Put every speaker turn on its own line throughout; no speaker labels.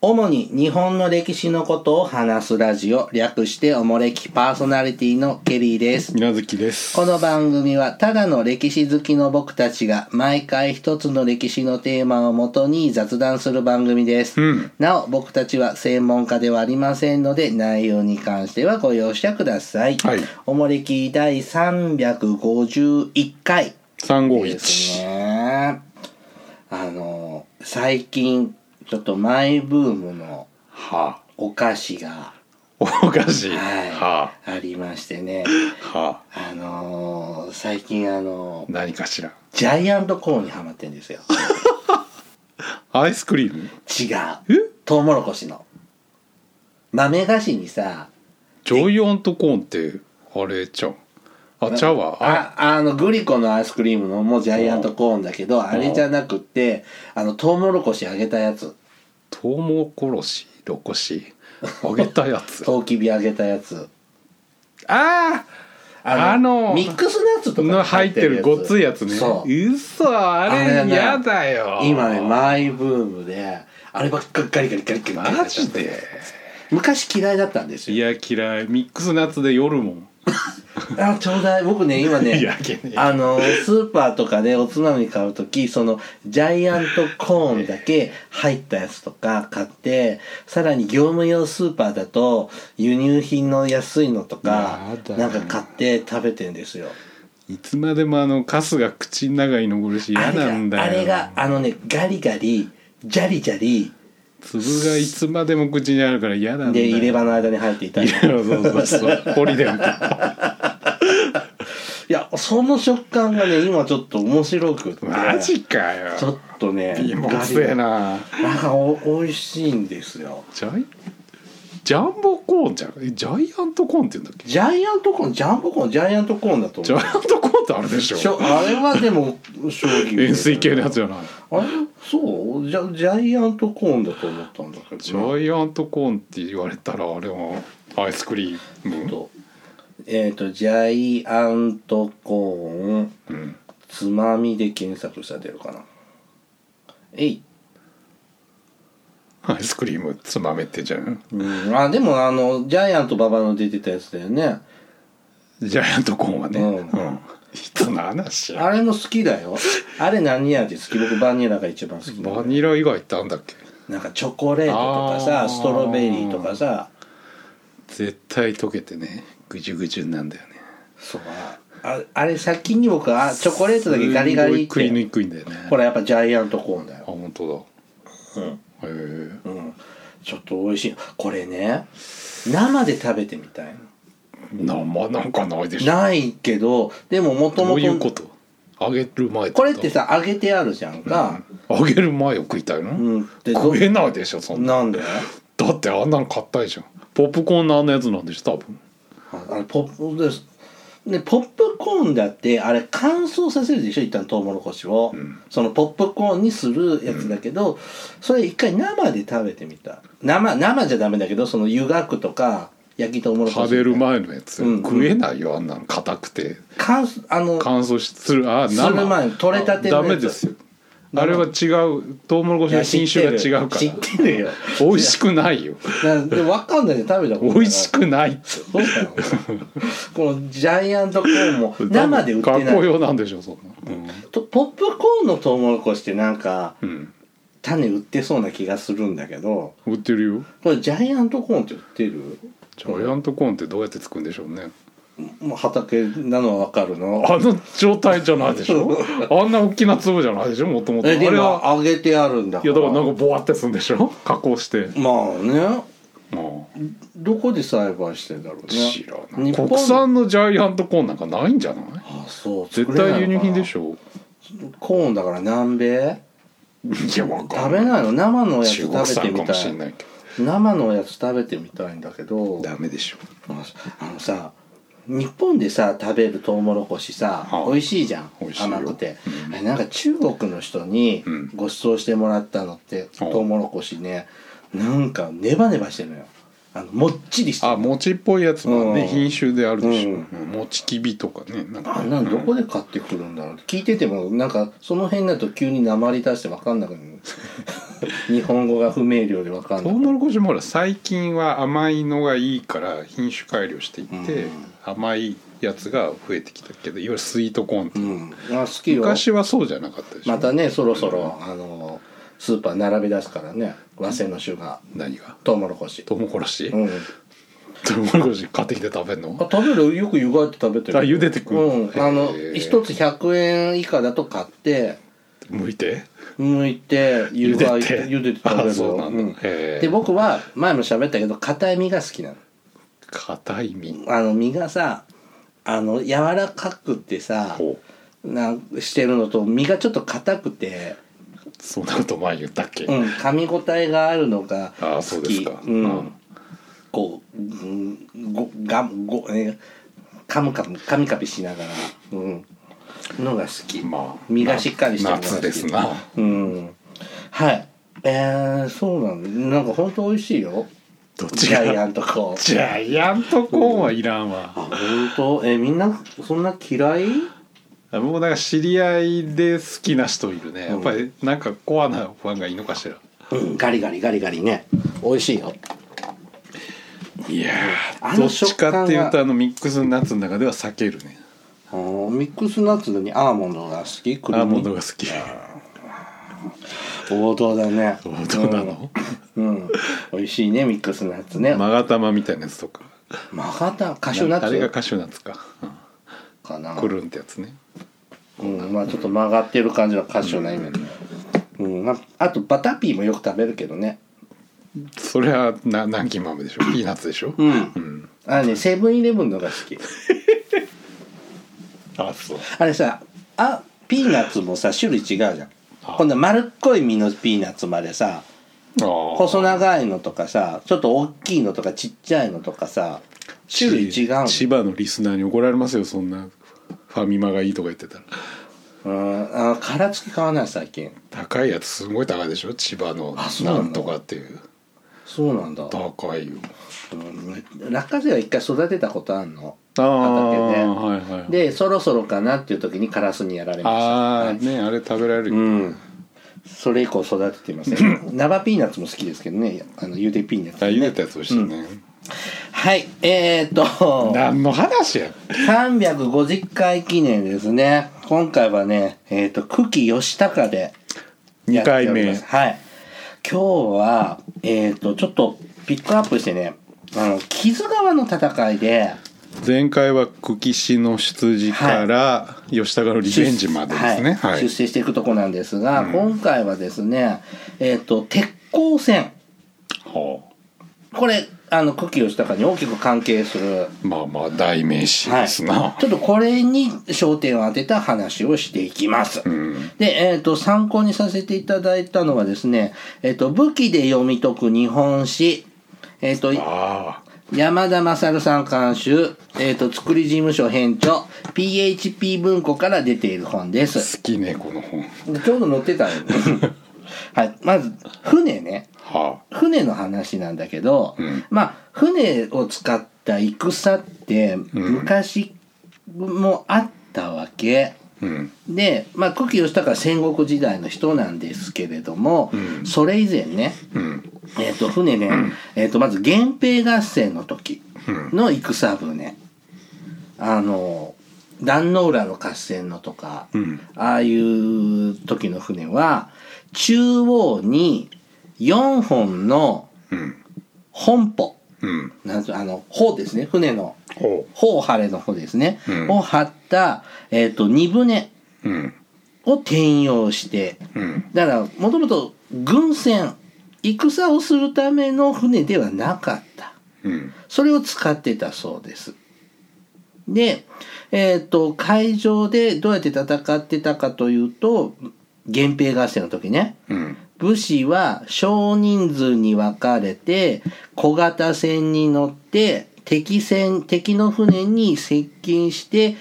主に日本の歴史のことを話すラジオ、略しておもれきパーソナリティのケリーです。
みなずきです。
この番組はただの歴史好きの僕たちが毎回一つの歴史のテーマをもとに雑談する番組です、
うん
なお僕たちは専門家ではありませんので内容に関してはご容赦ください、
はい
おもれき第351回
三五
です
一。
ねあの最近ちょっとマイブームの
はあ。
お菓子が、
おかしい。
はい
は
ありましてね
あ。はあ。
あのー最近あのー
何かしら。
ジャイアントコーンにハマってんですよ。
アイスクリーム。
違
え
う。トウモロコシの。豆菓子にさ、
ジョイアントコーンって。あれちゃん。あ、茶は。あ。
あ、あの、グリコのアイスクリームのもうジャイアントコーンだけど、あれじゃなくて、あの、トウモロコシ揚げたやつ、
トウモロシ。ロコシ。揚げたや つ。あ
トウキビ揚げたやつ、
ああの
ミックスナッツと
ー。
か
の
に
入ってる
やつ
ごっついやつね。
そう。
嘘、あ
あれ
れ、
ね
やだよ。
今ね、マイブームで、あればっかガリガリガリガリガリガリ
マジで。
昔嫌いだったんです
い
よ。
や、嫌い、ミックスナッツで夜もん。
あ、ちょうだい。僕ね、今ね、
いや、けねえ。
あのスーパーとかでおつまみ買うときそのジャイアントコーンだけ入ったやつとか買ってさらに業務用スーパーだと輸入品の安いのとか
や
な
だ
んか買って食べてんですよ
いつまでもあのカスが口の中に残るし嫌なんだよ
あれがあれがあのねガリガリジャリジャリ
粒がいつまでも口にあるから嫌なんだよ
で入れ歯の間に入っていたり
いやそうそうそうホリデーみた い
いやその食感がね今ちょっと面白くって
なマジかよ
ちょっとね
貧乏くせえな
ガリなんかお美味しいんですよ
ジャイジャンボコーンじゃんえジャイアントコーンって言うんだっけ
ジャイアントコーン、ジャンボコーン、ジャイアントコーンだと
ジ
思
ャ
う。
イアントコーンってあれでし
しょ
ょ
あれはでも、正直。
円錐形のやつじゃない
あれそうジャジャイアントコーンだと思ったんだけ
ジ
どね、
ャイアントコーンって言われたらあれはアイスクリーム
とえっ、と、ジャイアントコーン、
うん
つまみで検索したら出るかな。えい。
アイスクリームつまめってじゃん
うん、あ、でもあの、ジャイアント馬場の出てたやつだよね。
ジャイアントコーンはね
うん
うん人の話や
あれも好きだよ。あれ何味好き僕バニラが一番好きなの。
バニラ以外ってあんだっけ
なんかチョコレートとか
あ
さ、
ー
ストロベリーとかさ、
絶対溶けてねぐじゅぐじゅになんだよね
そうああれ先に僕あチョコレートだけガリガリっ
すごい食い
て
にくいんだよね
これ
れ
やっぱジャイアントコーンだ
あ
よ、
本当
うん
だへえ
うん、ちょっと美味しいこれね生で食べてみたい
生なんかないでしょ
ないけどでももと
ど
も
ういうことと揚げる前
これってさ揚げてあるじゃんか、
揚げる前を食いたいの、
うんでど
食えないでしょそんな
なんで
だってあんなの買ったいじゃんポップコーンのあんなやつなんでしょ多分
ああのポップですでポップコーンだってあれ乾燥させるでしょ一旦トウモロコシを、そのポップコーンにするやつだけど、それ一回生で食べてみた生生じゃダメだけどその湯がくとか焼きトウモロコシ
食べる前のやつ、
うん
食えないよあんなの硬くて
乾燥あの
乾燥しするあ
する前に取れたてのや
ダ
つ
メですよあれは違うトウモロコ
い
シの
や知
品
って
種が
る
違うか
知
ら
ってるよ
美味しくないよ
なで分かんないで食べたことない
美味しくないって
そうだよこのジャイアントコーンも生で売ってな
学校
い
用なんでしょそんな
とポップコーンのトウモロコシってなんか
うん、
種売ってそうな気がするんだけど
売ってるよ
これジャイアントコーンって売ってる
ジャイアントコーンってどうやって作るんでしょうね
もう畑なのはわかるの
あの状態じゃないで しょあんな大きな粒じゃないでしょもともとあ
え
れ
でも
は
揚げてあるんだ
い
から
やだからなんかボワってするんでしょ加工して
まあね
もう
どこで栽培してんだろうね
知らない
日本
国産のジャイアントコーンなんかないんじゃない
あそう
絶対輸入品で
ょ
しょ
コーンだから南米
いやわか
食べ
んない
ないの生のやつ
中国
食べて
産か
み
も
た
し
い
れないけ
生のやつ食べてみたいんだけど
どダメでしょ
ああのさ日本でさ食べるトウモロコシさ、
はあ
美味しいじゃん
美味しいよ
甘くて、
うん
あれなんか中国の人に
うん
ご馳走してもらったのって、
はあ
トウモロコシねなんかネバネバしてるのよあのもっちりしてる
あ餅っぽいやつもね、
うん
品種であるでしょ、
うん
うん餅きびとかねなんか
あんなのどこで買っ てくるんだろうって聞いててもなんかその辺だと急に鉛出して分かんなくなる日本語が不明瞭で分かん
ト
な
ウ
い
モロコシもほら最近は甘いのがいいから品種改良していって、
うん
甘いやつが増えてきたけどいわゆるスイートコーンって、
うんあ好きよ
昔はそうじゃなかったでしょ
またねそろそろあのスーパー並び出すからね和製の種が
何が
トウモロコシ
トウモロコシ、
うん
トウモロコシ買ってきて食べんの
あ食べるよく湯がいて食べてる
あ茹でてくる
うんあの
へえ
一つ100円以下だと買って
剥いて
剥いて湯
茹で
がい
て
て茹でて食べる
あそうなんだ、
うん
へ
で僕は前も喋ったけど硬い身が好きなの
硬い身
あの身がさあの柔らかくてさ
ほう
なんしてるのと身がちょっと硬くて、
そんなこと前言ったっけ、
うん、噛み応えがあるのが好き
ああそうですか、
ん
うん
こう、うん、ごがんごえー噛む噛む噛み噛みしながら、うん、のが好き、
まあ
身がしっかりしてるのが好き
夏ですな
うんはいえー、そうなんだなんか本当美味しいよ
どっち
ジャイ
が
アンとこ
ジャイアントコーンはいらんわ、
あ本当えみんなそんな嫌い
あもうなんか知り合いで好きな人いるね、
ん
やっぱりなんかコアなファンがいいのかしら
うんガリガリガリガリね美味しいよ
いや
あ
ど
の
っちかっていうとあのミックスナッツの中では避けるね
あーミックスナッツにアーモンドが好きクリ
ア
ー
ーモ
ム
ンドが好き
王道だね
王道なの
うん、うん美味しいねミックスナッツね、
マガタマみたいなやつとか
マガタカシューナ
あれが
ッツ
カシューナッツか、
か
う、
なん
くるんってやつね
うん、まあちょっと曲がってる感じのカシューなイメージ、うんああとバタピーもよく食べるけどね
それはな南京豆でしょピーナッツでしょ、
うん、
うん、
あのねセブンイレブンのが好き
あそう
あれさあピーナッツもさ種類違うじゃん
あ
こんな丸っこい実のピーナッツまでさ
あ
細長いのとかさちょっと大きいのとかちっちゃいのとかさ種類違うの
ち千葉のリスナーに怒られますよそんなファミマがいいとか言ってたら
うんあ殻付き買わない最近
高いやつすごい高いでしょ千葉の
あそうな
なん
だ
んとかっていう
そうなんだ、
高いよ
うん、落花生は一回育てたことあんの
ああ、
畑で
はいはい
でそろそろかなっていう時にカラスにやられました
ああ、
はい
ねあれ食べられるよ、
うんそれ以降育ててい ません生ピーナッツも好きですけどねあのゆでピーナッツ、
あ
ね、
茹でたやつ美味しいね、
はいえー、っと
何の話や
350回記念ですね今回はねえー、っと久喜義高で
2
やっ
回
ており
目
ますはい今日はえー、っとちょっとピックアップしてねあの木津川の戦いで
前回は久喜市の出自から吉高のリベンジまでですね
はい
はい、
出世していくとこなんですが、今回はですねえー、っと鉄鋼戦
は
これあの久喜義高に大きく関係する
あまあまあ代名詞ですな、
ちょっとこれに焦点を当てた話をしていきます。
うん
で、えっ、と、参考にさせていただいたのはですね、えっ、と、武器で読み解く日本史、えっ、と、
あ
山田勝さん監修、えっ、と、作り事務所編著、PHP 文庫から出ている本で
あ
す。
好きねこの本
でちょうど載ってたよね。 はい。まず、船ね。
は
船の話なんだけど、
うん
まあ船を使った戦って
ん
昔もあったわけ、
あうん
で、まあ、久喜義高は戦国時代の人なんですけれども、
ん
それ以前ね、
うん
えー、と船ね、えー、とまず源平合戦の時
うん
の戦船あの壇ノ浦の合戦のとか、
うん
ああいう時の船は中央に4本の
うん
本帆
うん
なんとあの帆ですね船の
ほ
帆張れの帆ですね、
うん
を張った、えー、と荷船
ううん
を転用して
うん
だからもともと軍船戦をするための船ではなかった
うん
それを使ってたそうです。で、えっ、と、会場でどうやって戦ってたかというと、源平合戦の時ね、
うん
武士は少人数に分かれて、小型船に乗って、敵船、敵の船に接近して、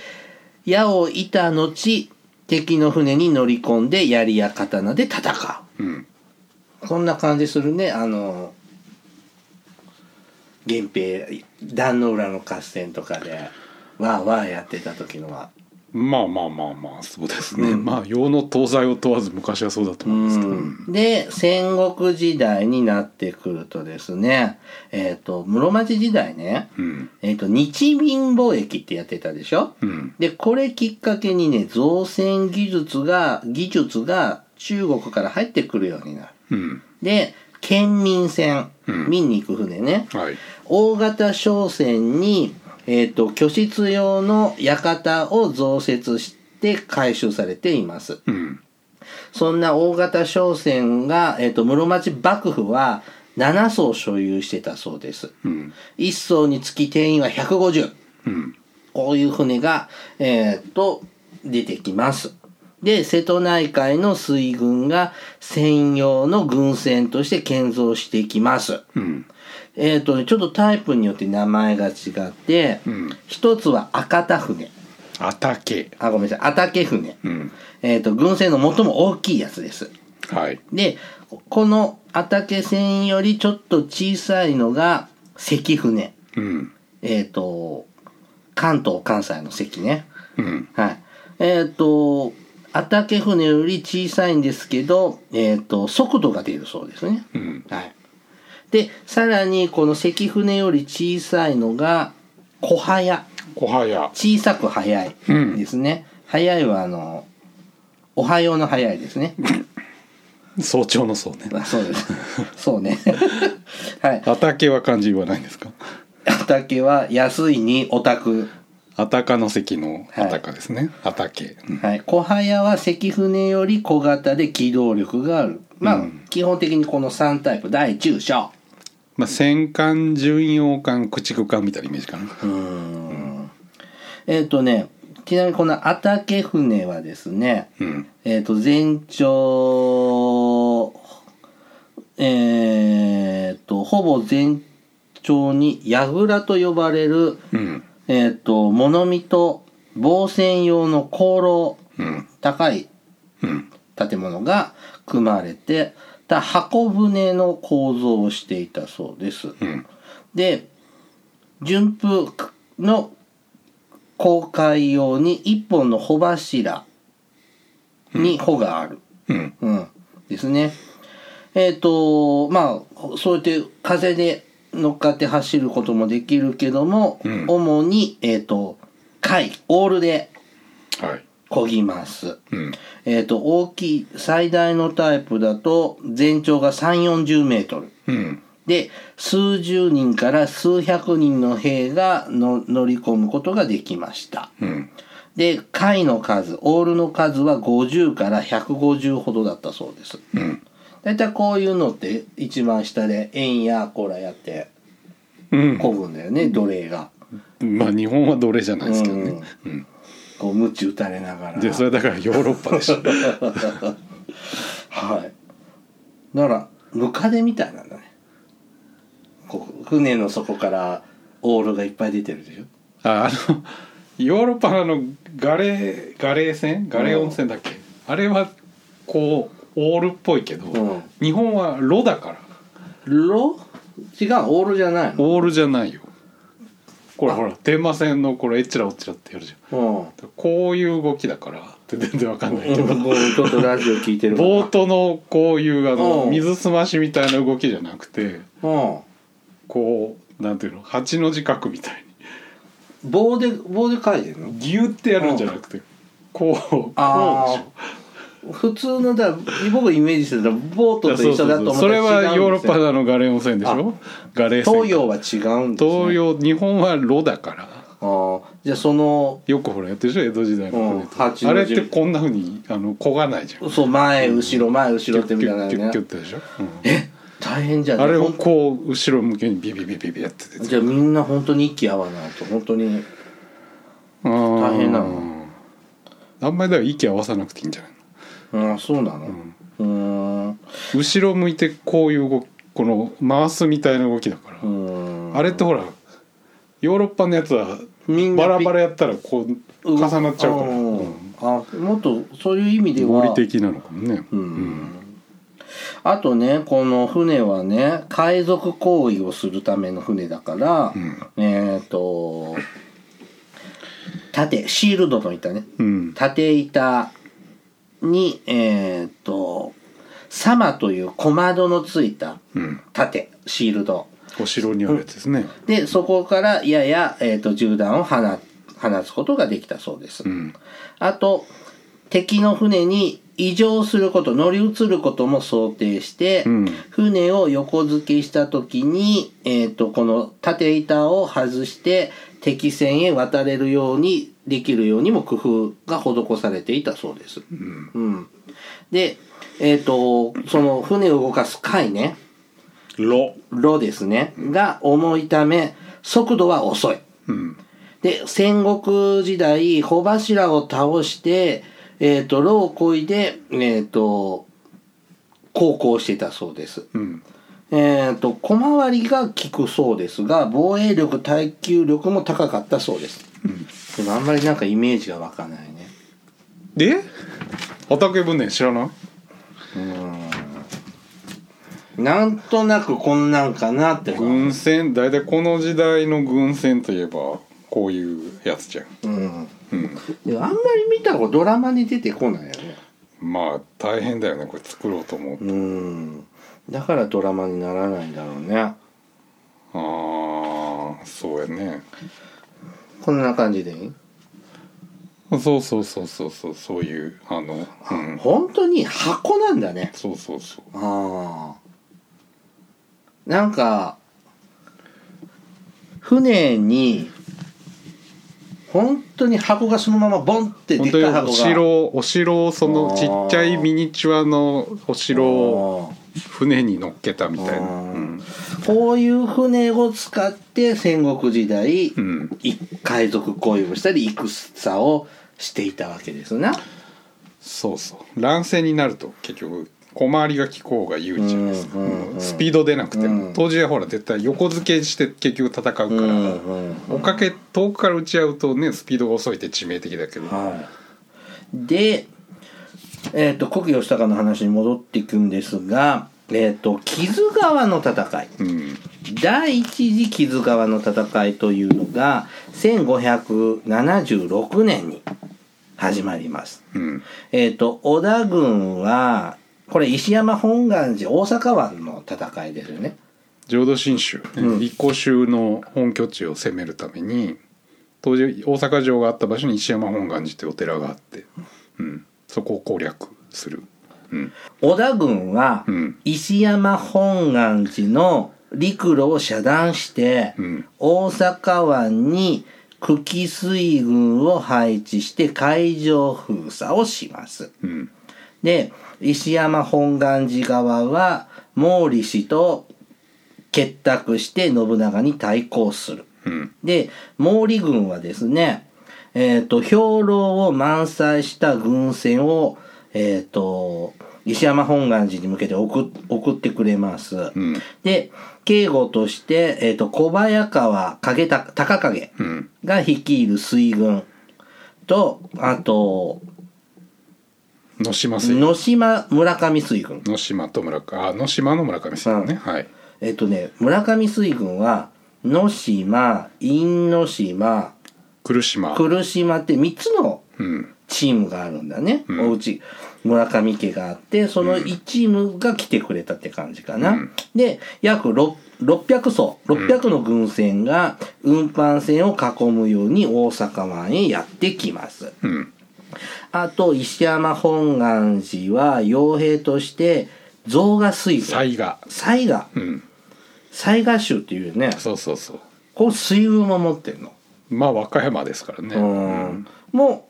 矢を射た後、敵の船に乗り込んで槍や刀で戦う。
うん
こんな感じするねあの源平壇ノ浦の合戦とかでわーわーやってた時のは
まあまあまあまあそうですね、
うん
まあ世の東西を問わず昔はそうだと思うんですけど、
うんで戦国時代になってくるとですねえっ、と室町時代ね、
うん
えっと日民貿易ってやってたでしょ、
うん
でこれきっかけにね造船技術が技術が中国から入ってくるようになる
うん
で県民船、
うん
民に行く船ね、
はい
大型商船に、えっと居室用の館を増設して改修されています
うん
そんな大型商船が、えっと室町幕府は7艘所有してたそうです
うん
1艘につき定員は150
うん
こういう船が、えーっと、出てきます。で、瀬戸内海の水軍が専用の軍船として建造していきます。
うん
えーっとね、ちょっとタイプによって名前が違って、
うん
一つは赤田船。
あたけ
あ、ごめんなさい、赤家船。
うん
えーっと、軍船の最も大きいやつです。
はい
で、この赤家船よりちょっと小さいのが関船。
うん
えーっと、関東、関西の関ね。
うん
はい。えっ、と、アタケ船より小さいんですけど、えっ、と、速度が出るそうですね。
うん
はい。で、さらに、この関船より小さいのが、小早。
こはや
小さく早いですね。早いは、あの、おはようの早いです ね。
早朝のそうね
あそうです。そうね。はい。
あたけは漢字言わないんですか
アタケは安いにオタク。
あたかの関のあたかですね、あたけ、うん
はい、小早は関船より小型で機動力があるまあ、
うん
基本的にこの3タイプ大中小
まあ戦艦巡洋艦駆逐艦みたいなイメージかな
うーんえっ、とねちなみにこのアタケ船はですね、
うん
えっ、と全長えっ、とほぼ全長に櫓と呼ばれる、
うん
えっ、と物見と防戦用の航路
うん
高い
うん
建物が組まれてた箱舟の構造をしていたそうです。
うん
で順風の航海用に一本の帆柱に帆がある、
うん
うんですね。えっ、とまあそうやって風で乗っかって走ることもできるけども、
うん
主に、えっと貝オールで
はい
漕ぎます。
うん
えー、と大きい最大のタイプだと全長が3 4 0メートル
うん
で数十人から数百人の兵がの乗り込むことができました
うん
で貝の数オールの数は50から150ほどだったそうです
うん
大体こういうのって一番下で円やこらやって
うん
こぐんだよね、奴隷が
まあ日本は奴隷じゃないですけどね、うん
こう鞭打たれながら
でそれだからヨーロッパでしょ
はい。だから、ムカデみたいなんだね。こう船の底からオールがいっぱい出てるでしょ。
ああのヨーロッパのあのガレーガレー船ガレー温泉だっけ、あれはこうオールっぽいけど、
うん
日本はロだから
ロ違う、オールじゃないの。
オールじゃないよこれほら天満線のこれえっちらおっちらってやるじゃん
うん。
こういう動きだからって全然わかんないけど、
こうちょっとラジオ聞いてる
ボートのこういうあの
うん
水すましみたいな動きじゃなくて
うん。
こうなんていうの八の字角みたいに
棒で、棒で書いてるの
ギュってやるんじゃなくて、こうこうでし
あ
ょ
普通のだ、僕イメージしてたらボートと一緒だと思ったら
それはヨーロッ
違
パ
うんですよ
だのガレー温泉でしょガレー
東洋は
は
違うんです、ね、
東洋日本は炉だから
ああじゃあその
よくほらやってるでしょ江戸時代
うん
の船
八
あれ
の
っ
字
てこんなふうにあの焦がないじゃん
そう前後ろ前後ろってみたいな
キュッ
ね
キュッキュッキュッってでしょ、うん
え大変じゃん
あれをこう後ろ向けにビビビビビやってて
じゃあみんな本当に息合わないと本当に
大
変なの
あんまりだから息合わさなくていいんじゃないの
うんそうなのうんん
後ろ向いてこういう動きこの回すみたいな動きだから、
うん
あれってほらヨーロッパのやつは
みんな
バラバラやったらこう重なっちゃうから、
ん
うん
あもっとそういう意味では
合理的なのかもね、
うん、あとねこの船はね海賊行為をするための船だから、
ん
えっ、と縦シールドの板ね
うん
縦板にえーっと「サマ」という小窓のついた
うん
縦シールド
お城にあるやつですね
でそこからやや、えーっと銃弾を放放つことができたそうです、
うん
あと敵の船に異常すること乗り移ることも想定して、
うん
船を横付けした時に、えー、とこの縦板を外して敵船へ渡れるようにできるようにも工夫が施されていたそうです。
うん
うん、で、えー、とその船を動かす貝ね
ロ
ロですねが重いため速度は遅い。
うん
で戦国時代帆柱を倒して、えー、と炉をこいで、えー、と航行していたそうです。
うん
えー、と小回りが効くそうですが防衛力耐久力も高かったそうです、でもあんまりなんかイメージが湧かないね
で畑船知らないう
ーんなんとなくこんなんかなってうん、
軍船大体この時代の軍船といえばこういうやつじゃん、うん、
でもあんまり見たことドラマに出てこないよね
まあ大変だよねこれ作ろうと思うと、
うーんだからドラマにならないんだろうね
ああそうやね
こんな感じでいい
そうそうそうそうそうそういうあのうん
本当に箱なんだね
そうそうそう
ああなんか船に本当に箱がそのままボンってで
本
っか
当
い箱が
にお城をお城をそ
あ
の
ー
ちっちゃいミニチュアのお城を
あ
船に乗っけたみたいな
あー
うん
ーこういう船を使って戦国時代、
うん
一海賊行為をしたり戦をしていたわけですな
そうそう乱戦になると結局小回りが利こうが有利じゃないですか、
うんうんうん
もうスピード出なくても、
うん
当時はほら絶対横付けして結局戦うから、
うんうん
追っかけ遠くから打ち合うとねスピードが遅いって致命的だけど、
はい、で、えー、と古希義孝の話に戻っていくんですが、えー、と木津川の戦い
うん
第一次木津川の戦いというのが1576年に始まります。
うん
えー、と織田軍はこれ石山本願寺大阪湾の戦いですよね。
浄土真宗、
うん
立皇宗の本拠地を攻めるために当時大阪城があった場所に石山本願寺というお寺があって、うん、そこを攻略する、うん、
織田軍は
うん
石山本願寺の陸路を遮断して、
うん
大阪湾に久喜水軍を配置して海上封鎖をします。
うん
で、石山本願寺側は毛利氏と結託して信長に対抗する。
うん
で、毛利軍はですね、えっ、と、兵糧を満載した軍船を、えっ、と、石山本願寺に向けて送っ送ってくれます。
うん
で、警護として、えっ、と、小早川影た、高影
うん
が率いる水軍と、あと、
野島水
野島村上水軍。
野島と村上あ野島の村上水ね、はい
えっ、とね、村上水軍は、野島、因島、
来島
来島って3つの
うん
チームがあるんだね、
うん
おうち村上家があってその1チームが来てくれたって感じかな、
うん
で約6 600艘600の軍船が運搬船を囲むように大阪湾へやってきます
うん
あと石山本願寺は傭兵として象牙水軍
才が
西賀
うん
西賀州っていうね
そうそうそう
こう水運も持ってるの
まあ和歌山ですからね
うんもう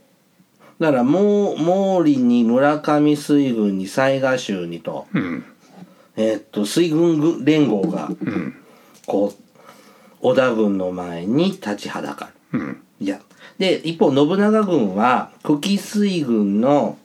だからもう毛利に村上水軍に西賀州にと,、
うん
えーっと水軍軍連合が
うん
こう織田軍の前に立ちはだかる。
うん
いやで一方信長軍は久喜水軍の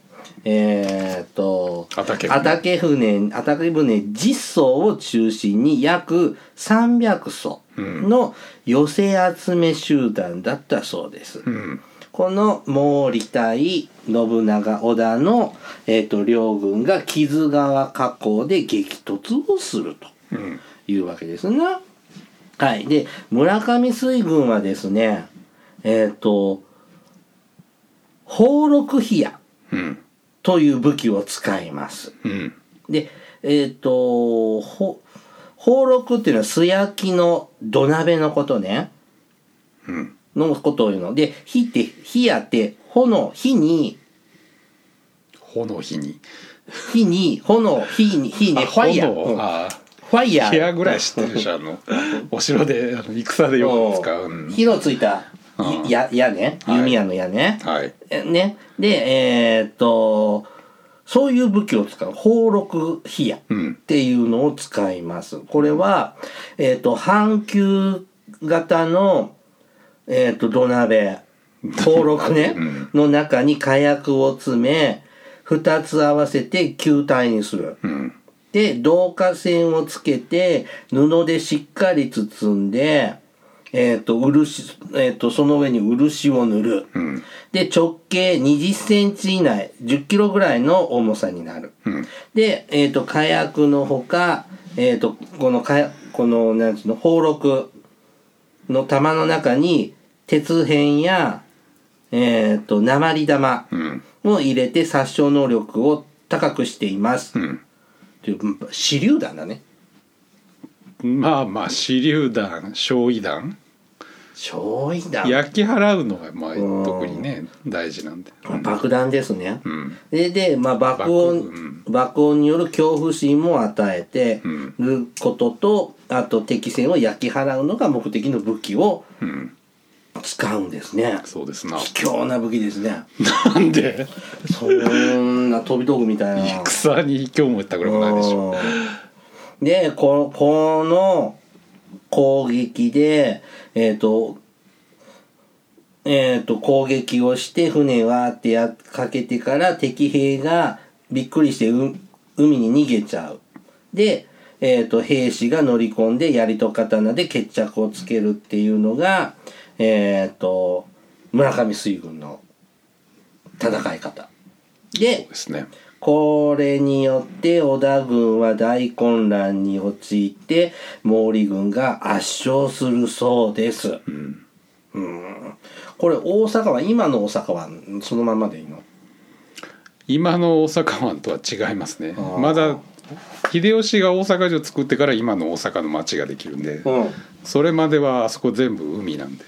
えーっと
畑船
畑船畑船10艘を中心に約300艘の寄せ集め集団だったそうです。
うん
この毛利対信長織田の、えー、と両軍が木津川河口で激突をすると
うん
いうわけですな。はい、で村上水軍はですねえっ、と宝禄火矢
うん
という武器を使います。
うん
で、えっ、と、ほ宝禄っていうのは素焼きの土鍋のことね。
うん
のことを言うの。で、火って、火やって、炎、火に、
炎の火に
火に、炎、火に、火
あ
ね、ファイヤー。
炎
うんフ
あ
ァイヤ
あ
ー。
部屋ぐらい知ってるじゃんあのお城であの戦でよく使う、うん
火のついた
うん
や矢ね
はい
弓矢の矢ね,、
はい
えねでえーっとそういう武器を使う宝禄火矢っ
うん
ていうのを使いますこれは、えーっと半球型の、えーっと土 鍋宝禄ね、
うん
の中に火薬を詰め2つ合わせて球体にする。
うん
で導火線をつけて布でしっかり包んで、えーと漆えー、とその上に漆を塗る
うん
で直径2 0センチ以内1 0キロぐらいの重さになる
うん
で、えー、と火薬のほか、えー、とこの火このなんつうの宝禄の玉の中に鉄片や、えー、と鉛玉
うん
を入れて殺傷能力を高くしています
う、ん
という手榴弾だね
まあまあ手榴弾焼夷弾
焼夷弾
焼き払うのがまあ
うん
特にね大事なんで
爆弾ですね、
うん
でで、まあ、爆音
爆
爆,、
うん
音による恐怖心も与えてることと、あと敵戦を焼き払うのが目的の武器を
うん
使うんですね
そうですな
卑怯な武器ですね
なんで
そんな飛び道具みたいな
戦に興味を持ったくらいもないでしょ
うんでここの攻撃でえっ、とえっ、と攻撃をして船はってやっかけてから敵兵がびっくりしてう海に逃げちゃうで、えっと兵士が乗り込んで槍と刀で決着をつけるっていうのがえっ、と村上水軍の戦い方で
そうですね
これによって織田軍は大混乱に陥って毛利軍が圧勝するそうです。
うん
うん、これ大阪湾今の大阪湾そのままでいいの
今の大阪湾とは違いますね
ー
まだ秀吉が大阪城作ってから今の大阪の町ができるんで
うん。
それまではあそこ全部海なんで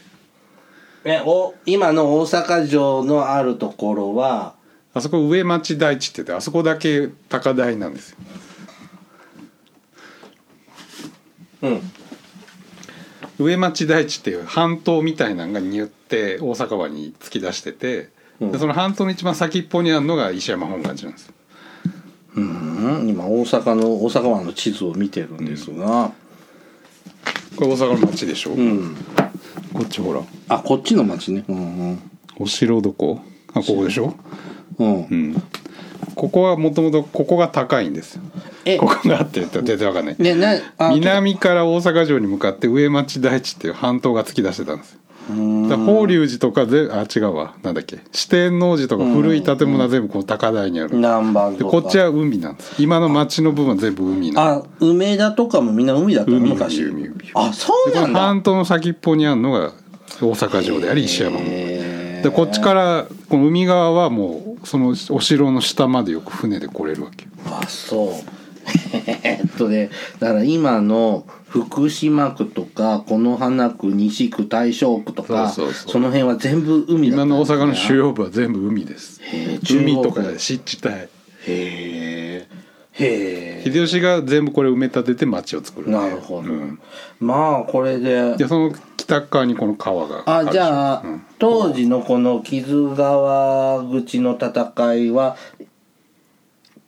えお今の大阪城のあるところは
あそこ上町台地って言ってあそこだけ高台なんですよ
うん
上町台地っていう半島みたいなのがによって大阪湾に突き出してて、
うん
でその半島の一番先っぽにあるのが石山本願寺なんですよ
うん今大阪の大阪湾の地図を見てるんですが、
これ大阪の町でしょ、
うん
こっちほら
あこっちの町ね。うん
お城どこあここでしょ、
うんうん
うん、ここはもともとここが高いんですよ
え
ここがあって言ったら全然わかんない
ねなあ
南から大阪城に向かって上町台地っていう半島が突き出してたんですよ
うん
だから法隆寺とかであ違うわなんだっけ四天王寺とか古い建物は全部こう高台にある、
南蛮
で
と
こ
か
っちは海なんです今の町の部分は全部海なんで
あ、梅田とかもみんな海だったの
海
昔。
海海海
あ、そう
すで
な
こ
ん
の
だ。
半島の先っぽにあるのが大阪城であり石山門
へー
でこっちからこの海側はもうそのお城の下までよく船で来れるわけよ
あ、そう。 えーっとね、だから今の福島区とか、此花区、西区、大正区とか、
そうそうそう
の辺は全部海だ
今
った。
の大阪の主要部は全部海です
へー
海とか
中国
湿地帯
へえ。へえ。
秀吉が全部これ埋め立てて町を作るんで
なるほど。
うん
まあ、これで。
でその北側にこの川が
あ
る
じゃあ、
うん
当時のこの木津川口の戦いは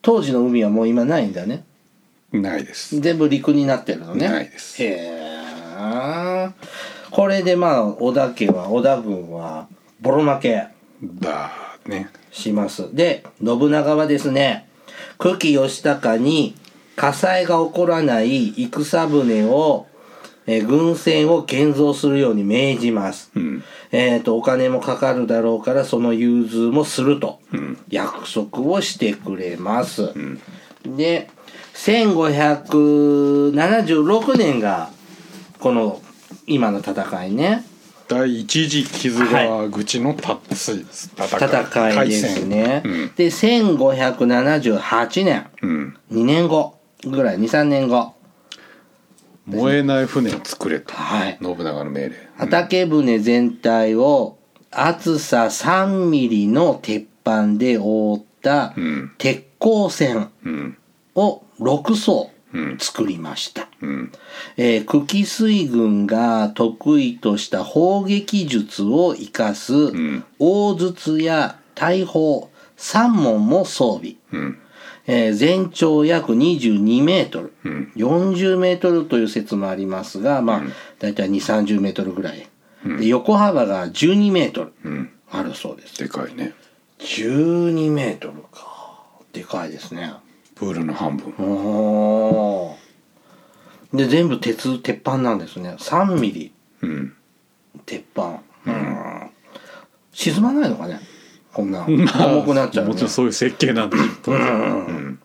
当時の海はもう今ないんだね
ないです
全部陸になってるのね
ないです
へえこれでまあ織田家は織田軍はボロ負け
だね
しますで信長はですね久喜義高に火災が起こらない戦船をえー軍船を建造するように命じます、
うん
えー、とお金もかかるだろうからその融通もすると
うん
約束をしてくれます、
ん
で1576年がこの今の戦いね
第一次傷が口のたつ、
戦
戦
い
い
ですね、
うん
で1578年
うん、
2年後ぐらい23年後
燃えない船を作れと、
はい
信長の命令
畑船全体を厚さ3ミリの鉄板で覆った
うん
鉄鋼船
うん
を6艘
うん
作りました、
うん
えー久喜水軍が得意とした砲撃術を生かす
ん
大筒や大砲3門も装備、
うん
えー全長約22メートル、
うん
40メートルという説もありますが、まあ、だいたい2、30メートルぐらい。で横幅が12メートル
うん
あるそうです。
でかいね
12メートルか。でかいですね。
プールの半分
おーで、全部鉄、鉄板なんですね。3ミリ
うん
鉄板。うん沈まないのかねこんな。重くなっちゃう、ね。
もちろんそういう設計なんでしょう、うん、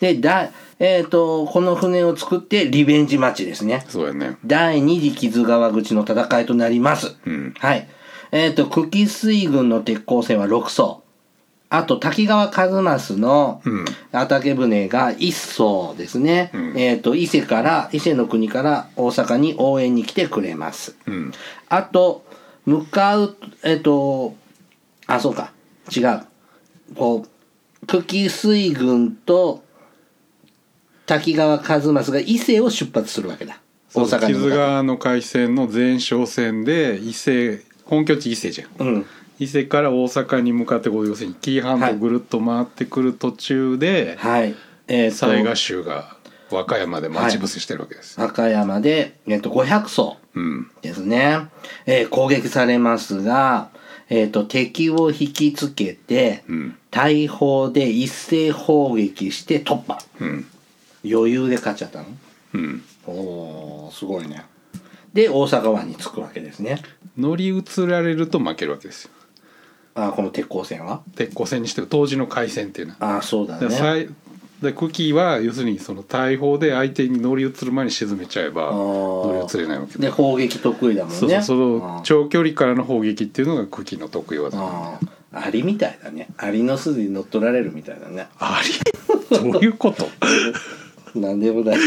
で、だ、えっ、と、この船を作ってリベンジマッチですね。
そうやね
第二次木津川口の戦いとなります。
うん
はい。えっ、と、久喜水軍の鉄鋼船は6艘。あと、滝川一益の
うん
畑船が1艘ですね。
うん
えっ、と、伊勢から、伊勢の国から大阪に応援に来てくれます。
うん
あと、向かう、えっ、と、あ、そうか、違う。こう、久喜水軍と滝川一益が伊勢を出発するわけだ。大
そう
阪に向
木津
か
川の海戦の前哨戦で伊勢本拠地伊勢じゃん
う。うん。
伊勢から大阪に向かってこう要するに紀伊半島ぐるっと回ってくる途中で
はい。えっ、
雑賀
と、
衆が和歌山で待ち伏せしてるわけですよ、
和歌山で、えっ、と、500層
うん
ですね。えー攻撃されますが、えっ、と、敵を引きつけて、
うん
大砲で一斉砲撃して突破。
うん
余裕で勝っちゃったの
うん
おーすごいねで大阪湾に着くわけですね
乗り移られると負けるわけですよ
あーこの鉄鋼線は
鉄鋼戦にしてる当時の海戦っていうの
あ
は
ーそうだ
で
ね
さいで久喜は要するにその大砲で相手に乗り移る前に沈めちゃえば
あー
乗り移れないわけ
で砲撃得意だもんね
そうそうそ
あ
の
ー
長距離からの砲撃っていうのが久喜の得意技なんで
あーアリみたいだねアリの筋に乗っ取られるみたいだね
あり どういう こと
なんでもない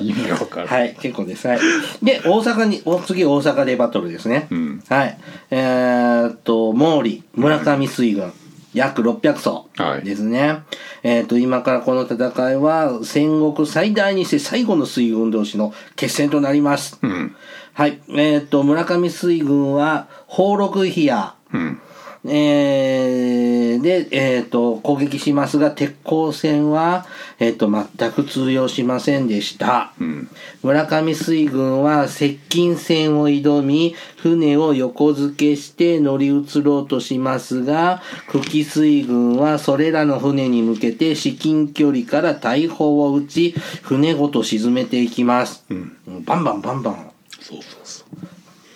意味が分からん、
はい結構ですはいで大阪にお次大阪でバトルですね、
うん
はいえー、っと毛利村上水軍、約600層
はい
ですね、えーっと今からこの戦いは戦国最大にして最後の水軍同士の決戦となります、
うん
はいえーっと村上水軍は宝禄比や
うん
えーで、えー、と攻撃しますが鉄鋼戦は、えー、と全く通用しませんでした、
ん
村上水軍は接近戦を挑み船を横付けして乗り移ろうとしますが久喜水軍はそれらの船に向けて至近距離から大砲を撃ち船ごと沈めていきます、バンバンバンバン
そうそうそ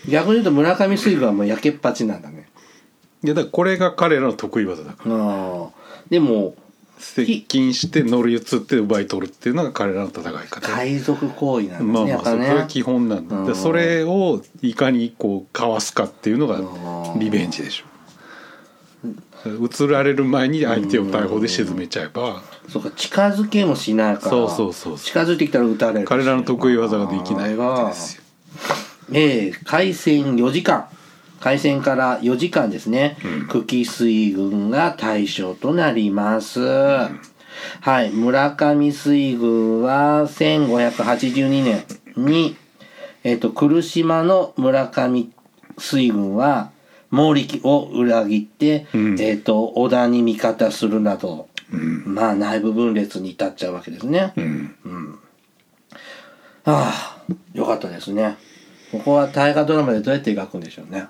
う
逆に言うと村上水軍はもう焼けっぱちなんだね
いやだからこれが彼らの得意技だから
ああでも
接近して乗り移って奪い取るっていうのが彼らの戦い方
海賊行為なんで
ます
ね、
あまあそれ
やっ
が
ぱね
基本なん
う
だ
ん
でそれをいかにこうかわすかっていうのが
うん
リベンジでしょ移られる前に相手を大砲で沈めちゃえば
そうか近づけもしないから
そうそうそうそう
近づいてきたら撃たれる
彼らの得意技ができないわけですよ
ええ海戦4時間海戦から4時間ですね、久喜水軍が対象となります、はい村上水軍は1582年に、えっと来島の村上水軍は毛利を裏切って、
うん
えっと織田に味方するなど、
うん
まあ内部分裂に至っちゃうわけですね、
うん
ああよかったですねここは大河ドラマでどうやって描くんでしょうね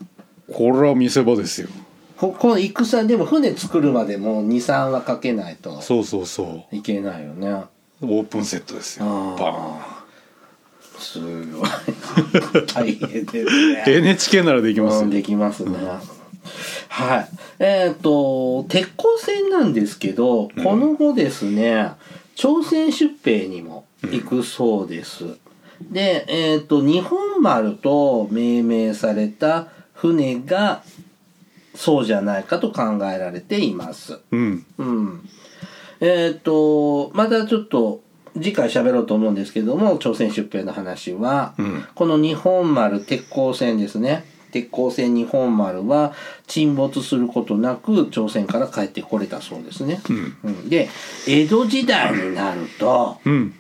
これは見せ場ですよ
ここの戦でも船作るまでもう23はかけないと
そうそうそ
いけないよね
うオープンセットですよバ
ああすごい 大変ですね
ーン NHK ならできま
う
す
ん
よ
できますね、はいえっ、と鉄鋼戦なんですけどこの後ですね、朝鮮出兵にも行くそうです、で、えっ、と、日本丸と命名された船が、そうじゃないかと考えられています。
うん
うん。えっ、と、またちょっと、次回喋ろうと思うんですけども、朝鮮出兵の話は、
うん
この日本丸、鉄鋼船ですね。鉄鋼船日本丸は沈没することなく朝鮮から帰ってこれたそうですね。
うん
うんで、江戸時代になると、
うん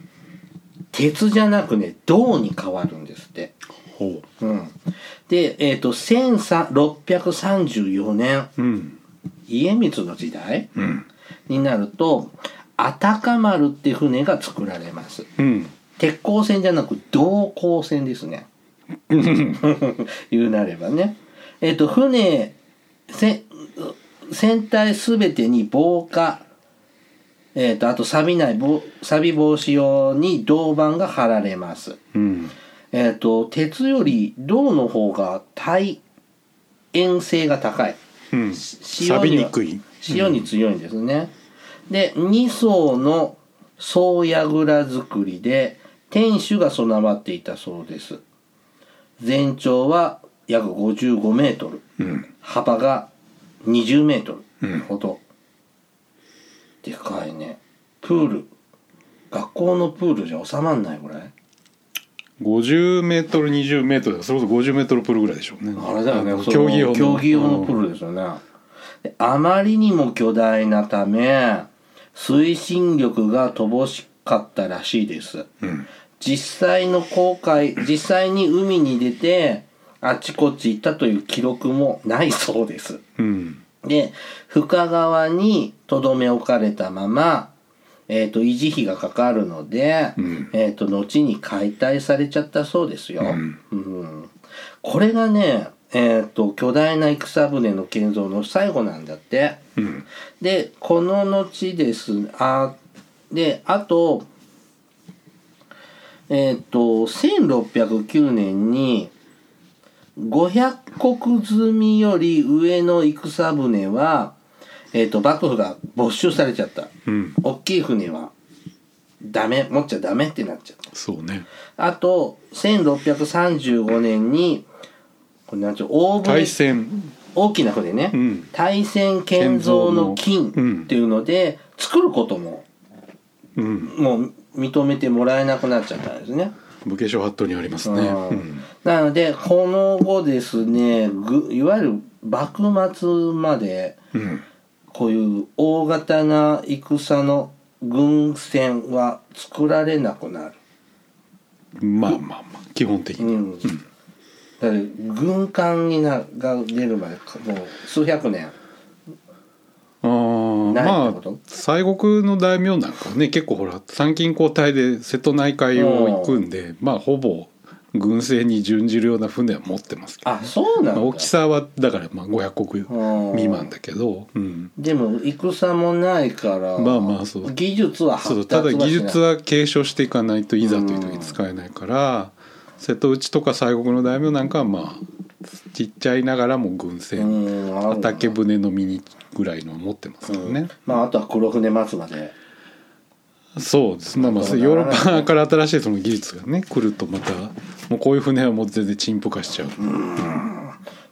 鉄じゃなくね、銅に変わるんですって。
ほ
うん。で、えっ、と、1634年、
ううん
家光の時代
うん
になると、アタカ丸って船が作られます。
うん
鉄鋼線じゃなく銅鋼線です ね。言うなればね。えっ、と、船、せ船体すべてに防火、えっ、と、あと錆びない防、錆び防止用に銅板が貼られます。
うん
えっ、と、鉄より銅の方が耐塩性が高い。
うん
し
錆びにくい
塩に強いんですね、で2層の宗櫓作りで天守が備わっていたそうです全長は約55メートル
うん
幅が20メート
うん
ルほど、でかいねプール学校のプールじゃ収まんないぐらい
50メートル20メートルそれこそ50メートルプールぐらいでしょうね
あれだよね
の
その
競技用の
競技用のプールですよね、であまりにも巨大なため推進力が乏しかったらしいです
うん
実際の航海実際に海に出てあちこち行ったという記録もないそうです
うん
で深川にとどめ置かれたまま、えー、と維持費がかかるので、
うん
えー、と後に解体されちゃったそうですよ、
うん
うんこれがね、えー、と巨大な戦船の建造の最後なんだって
うん
でこの後ですあであとえっ、と1609年に500石積みより上の戦船は、えっと幕府が没収されちゃった
うん
大きい船はダメ持っちゃダメってなっちゃった
そうね
あと1635年にこれなんちゅう大船
対戦
大きな船ね、
うん
対戦建造の金
建造のうん
っていうので、作ることも
うん
もう認めてもらえなくなっちゃったんですね。
武家小法度にありますね
うん
うん
なのでこの後ですねぐいわゆる幕末まで
うん
こういう大型な戦の軍船は作られなくなる。
まあまあまあ基本的
う
に
ん、だって軍艦になが出るまでかもう数百年。
あー
ない
ま
ってこ
あ
と
西国の大名なんかはね結構ほら参勤交代で瀬戸内海を行くんでまあほぼ軍政に準じるような船は持ってますけど、
あそうなんだ。
まあ、大きさはだからまあ500国
うん
未満だけど、うん、
でも戦もないから
まあまあそう
技術は発
そ
達は
うただ
しない
技術は継承していかないといざという時に使えないから、瀬戸内とか西国の大名なんかはまあちっちゃいながらも軍
う
船
んあるな
畑船のミニぐらいのを持ってますからね。
まああとは黒船松まで
そうですまあまあ
なんとか
ヨーロ
ならない
ッパから新しいその技術がね来るとまたもうこういう船はもう全然陳腐化しちゃう、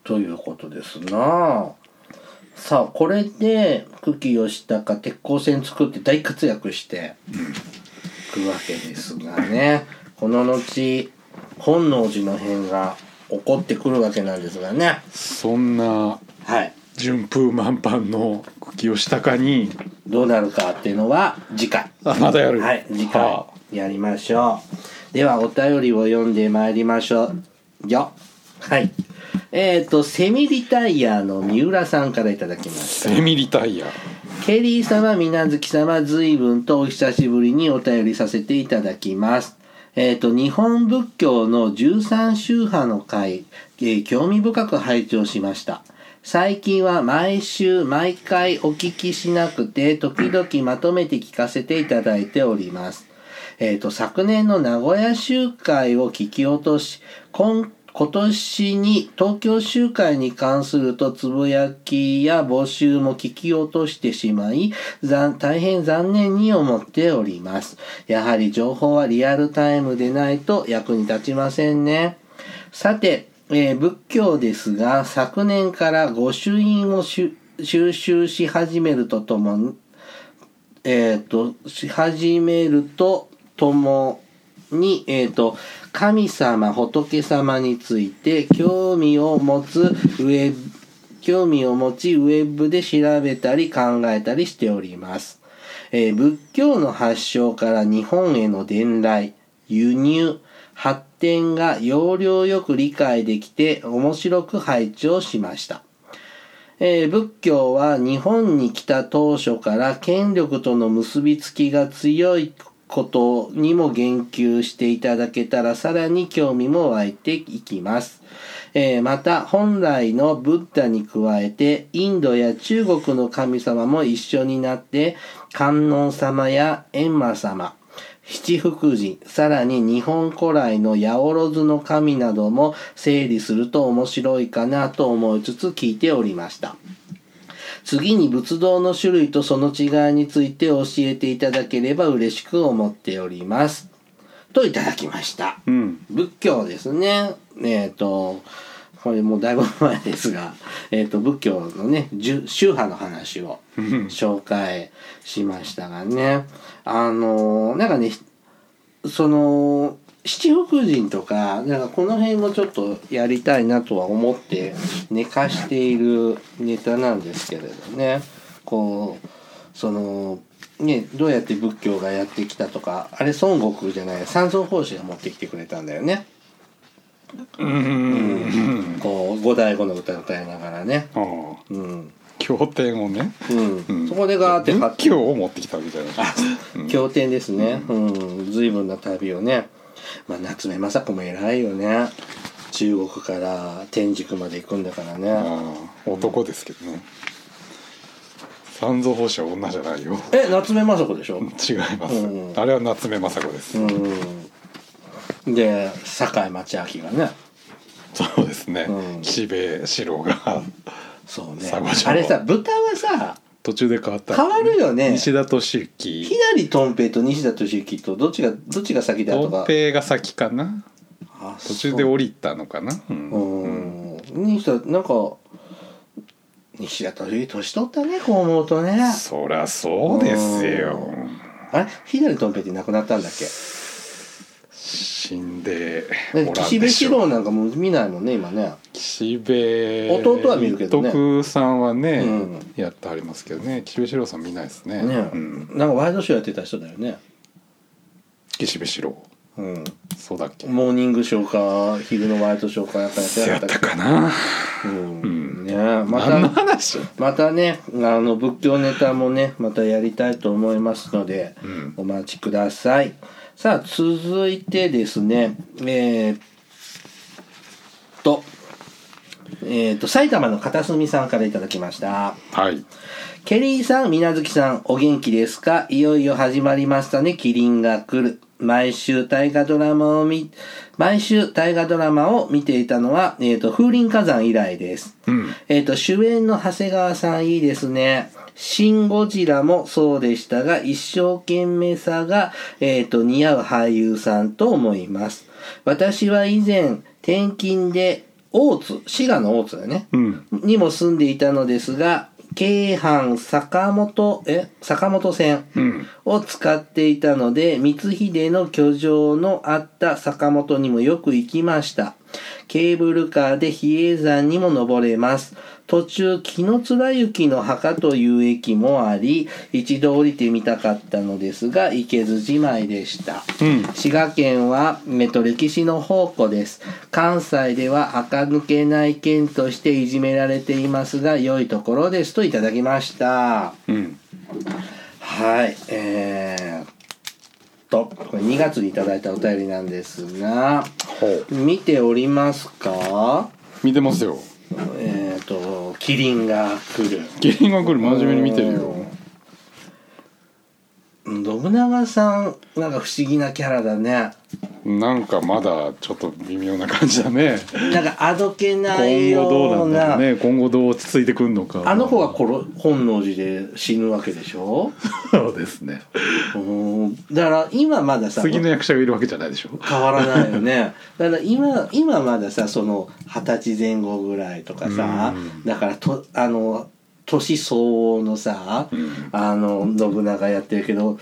ということですなさあこれで久喜義高鉄鋼船作って大活躍していくわけですがねこの後本能寺の変が起こってくるわけなんですがね
そんな
はい
順風満帆の清高に
どうなるかっていうのは次回
あまだやる
はい、次回
はあ
やりましょう。では、お便りを読んでまいりましょう。よ。はい。えっ、と、セミリタイヤの三浦さんからいただきました。
セミリタイヤ
ケリー様、みなずき様、随分とお久しぶりにお便りさせていただきます。えっ、と、日本仏教の13宗派の会、えー興味深く拝聴しました。最近は毎週毎回お聞きしなくて、時々まとめて聞かせていただいております。えっ、と、昨年の名古屋集会を聞き落とし、今今年に東京集会に関するとつぶやきや募集も聞き落としてしまい、残大変残念に思っております。やはり情報はリアルタイムでないと役に立ちませんね。さて、えー仏教ですが、昨年から御朱印を収収集し始めるとともに、えっ、と、し始めるとともに、えっ、と、神様、仏様について興味を持つウェブ、興味を持ちウェブで調べたり考えたりしております。えー仏教の発祥から日本への伝来、輸入、発展が要領よく理解できて面白く配置をしました。えー仏教は日本に来た当初から権力との結びつきが強いことにも言及していただけたらさらに興味も湧いていきます。えーまた本来のブッダに加えてインドや中国の神様も一緒になって観音様や閻魔様、七福神、さらに日本古来の八百万の神なども整理すると面白いかなと思いつつ聞いておりました。次に仏道の種類とその違いについて教えていただければ嬉しく思っております。といただきました。
うん
仏教ですね。えっ、と、これもうだいぶ前ですが、えっ、と、仏教のね、じゅ宗派の話を紹介しましたがね、あのーなんかね、その、七福神とか、なんかこの辺もちょっとやりたいなとは思って寝かしているネタなんですけれどね、こう、その、ね、どうやって仏教がやってきたとか、あれ孫悟空じゃない、三蔵法師が持ってきてくれたんだよね。
うん
こう、五代五の歌歌いながらね。
ああ
うん。
経典をね
うん。
うん
そこでガーって買って
仏教を持ってきたわけじゃない
経典ですね。うん、随分な旅をね。まあ、夏目雅子も偉いよね。中国から天竺まで行くんだからね。
ああ男ですけどね三蔵法師は女じゃないよ
え、夏目雅子でしょ
違います、
うん
あれは夏目雅子です、
うん。で、堺町明がね。
そうですね、
うん
岸辺四郎が
そうね
佐賀。城
あれさ、豚はさ、
途中で変わった
変わるよね。
西田敏行
左とんぺいと西田敏行とどっちが、どっちが先だとか
東。平が先かな
あ
途中で降りたのかなうん
うん西田なんか西田敏年取ったねこう思うとね
そりゃそうですよ
あれ左とんぺいって亡くなったんだっけ
死んで
で
おら
岸
んで
辺
し
四
ょ
郎なんかもう見ないもんね今ね
岸辺
弟は見るけどね
一徳さんはね、
うん
やってありますけどね岸辺四郎さん見ないですね
ね、
うん、
なんかワイドショーやってた人だよね
岸辺四郎
うん
そうだっけ
モーニングショーか昼のワイドショーかやった
や
や
っ
つ
たかな、
うん、
うん
ねま
何の
た
話
またねあの仏教ネタもねまたやりたいと思いますので、
うん
お待ちくださいさあ続いてですねえーっとえーっと埼玉の片隅さんからいただきました
はい
ケリーさん、みなずきさん、お元気ですかいよいよ始まりましたね、キリンが来る。毎週大河ドラマを見、毎週大河ドラマを見ていたのは、えっ、と、風林火山以来です。
うん
えっ、と、主演の長谷川さんいいですね。シン・ゴジラもそうでしたが、一生懸命さが、えっ、と、似合う俳優さんと思います。私は以前、転勤で、大津、滋賀の大津だね。
うん
にも住んでいたのですが、京阪坂本、え坂本線
うん
を使っていたので、光秀の居城のあった坂本にもよく行きました。ケーブルカーで比叡山にも登れます。途中、木の貫之の墓という駅もあり、一度降りてみたかったのですが、行けずじまいでした。
うん
滋賀県は、えっと、歴史の宝庫です。関西では垢抜けない県としていじめられていますが、良いところですといただきました。
うん
はい、えー、っと、これ2月にいただいたお便りなんですが、
ほう
見ておりますか
見てますよ
えー、っと、キリンが来る。
芸人が来る真面目に見てるよ
信長さん、なんか不思議なキャラだね。
なんかまだちょっと微妙な感じだね
なんかあどけない
今後ど
よ
う
う
なん
な
だろうね今後どう落ち着いてくんのか
あの子が殺本能寺で死ぬわけでしょ
そうです ね
うんだから今まださ
次の役者がいるわけじゃないでしょ
変わらないよねだから今今まださその二十歳前後ぐらいとかさ、
うん
だからとあの年相応のさ、
ん
あの信長やってるけど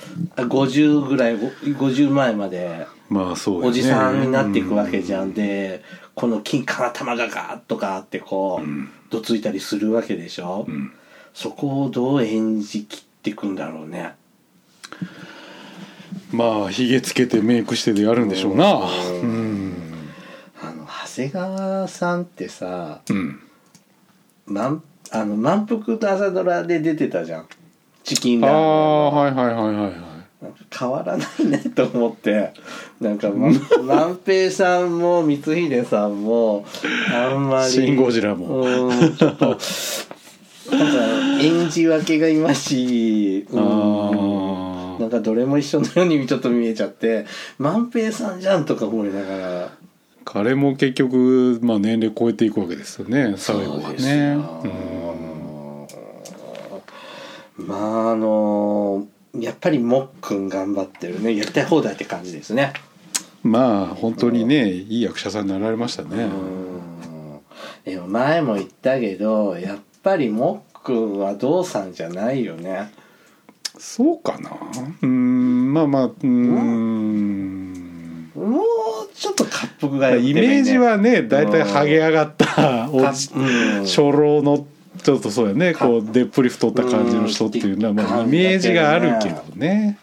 50ぐらいご50前まで
まあそうだね
おじさんになっていくわけじゃん、でこの金から玉がガーッとかってこう、どついたりするわけでしょ、
うん
そこをどう演じきっていくんだろうね
まあひげつけてメイクしてでやるんでしょうな
う
うん
あの長谷川さんってさ
うん
満あの満腹と朝ドラで出てたじゃんチキン
あ
ラ
あ
ーメン
はいはいはいはいはい
なんか変わらないねと思ってなんかま万平さんも光秀さんもあんまり
シン・ゴジラも
うんちょっとなんか演じ分けがいましい、うん
あ
なんかどれも一緒のようにちょっと見えちゃって万平さんじゃんとか思いながら
あ彼も結局、まあ、年齢超えていくわけですよね最後は
そうです
ね
よまああのやっぱりもっくん頑張ってるねやりたい放題って感じですね
うんまあ本当にねいい役者さんになられましたね
うんでも前も言ったけどやっぱりもっくんは父さんじゃないよね
そうかなうんまあまあうーん
もうちょっと滑覆が良くてもい
イ
いね
メージはね大体ハゲ上がった
か
おじ
うん
初老のちょっとそうやねこうでっぷり太った感じの人っていうのは
うん
まあイメージがあるけどね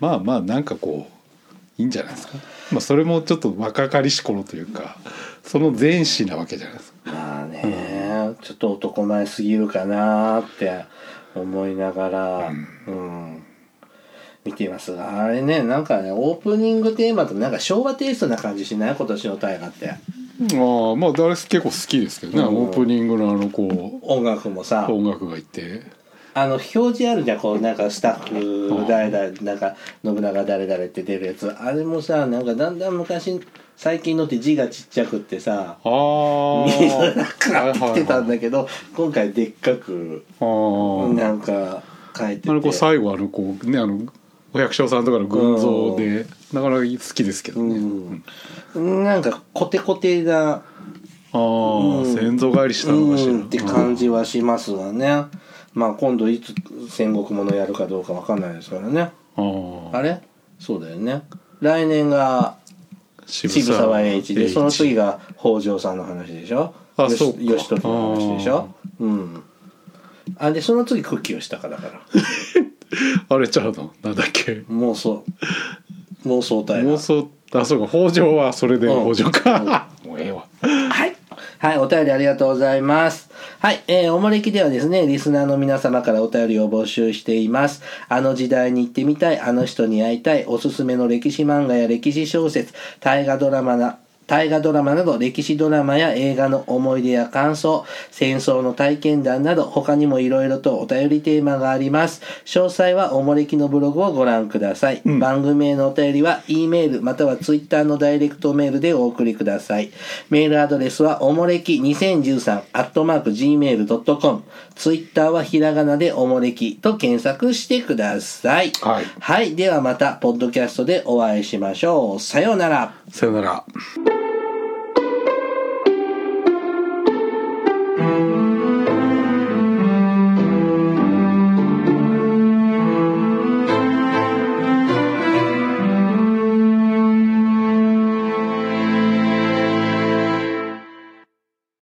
まあまあなんかこういいんじゃないですか、まあ、それもちょっと若かりし頃というかその前史なわけじゃないですか
まあね、ちょっと男前すぎるかなって思いながら、うん見ていますがあれねなんかねオープニングテーマとなんか昭和テイストな感じしない今年の大河って
ああまあ誰結構好きですけどね
うん
オープニングのあのこ
音楽もさ
う音楽がいて
あの表示あるじゃんこうなんかスタッフ誰々なんか信長誰々って出るやつあれもさなんかだんだん昔最近のって字がちっちゃくってさ
ああ
見づらくなってきてたん
ね
だけど今回でっかく
あー
なんか書いてて
あのこう最後あのこうねあのお百姓さんとかの群像でなかなか好きですけどね、
うん、なんかコテコテな、
ああ、
うん
先祖返りしたのかしら、
うんって感じはしますわね。まあ今度いつ戦国ものやるかどうかわかんないですからね。
あ
あ
ー
れそうだよね。来年が渋沢栄一で、その次が北条さんの話でしょ。
あ
よし
そうか
義時の話でしょ。うん。あでその次復帰をしたかだから。
あれちゃうのなんだっけ
妄想妄想体
妄想あそうか北条はそれで
うん
北条か、 もうええわ
はい。はい、お便りありがとうございます。はい、えー、おもれきではですね、リスナーの皆様からお便りを募集しています。あの時代に行ってみたい、あの人に会いたい、おすすめの歴史漫画や歴史小説、大河ドラマな、大河ドラマなど歴史ドラマや映画の思い出や感想、戦争の体験談など他にもいろいろとお便りテーマがあります。詳細はおもれきのブログをご覧ください。番組へのお便りは E メールまたは Twitter のダイレクトメールでお送りください。メールアドレスはおもれき2013アットマーク Gmail.com。Twitter はひらがなでおもれきと検索してください。
はい
はい。ではまた、ポッドキャストでお会いしましょう。さようなら。
さよなら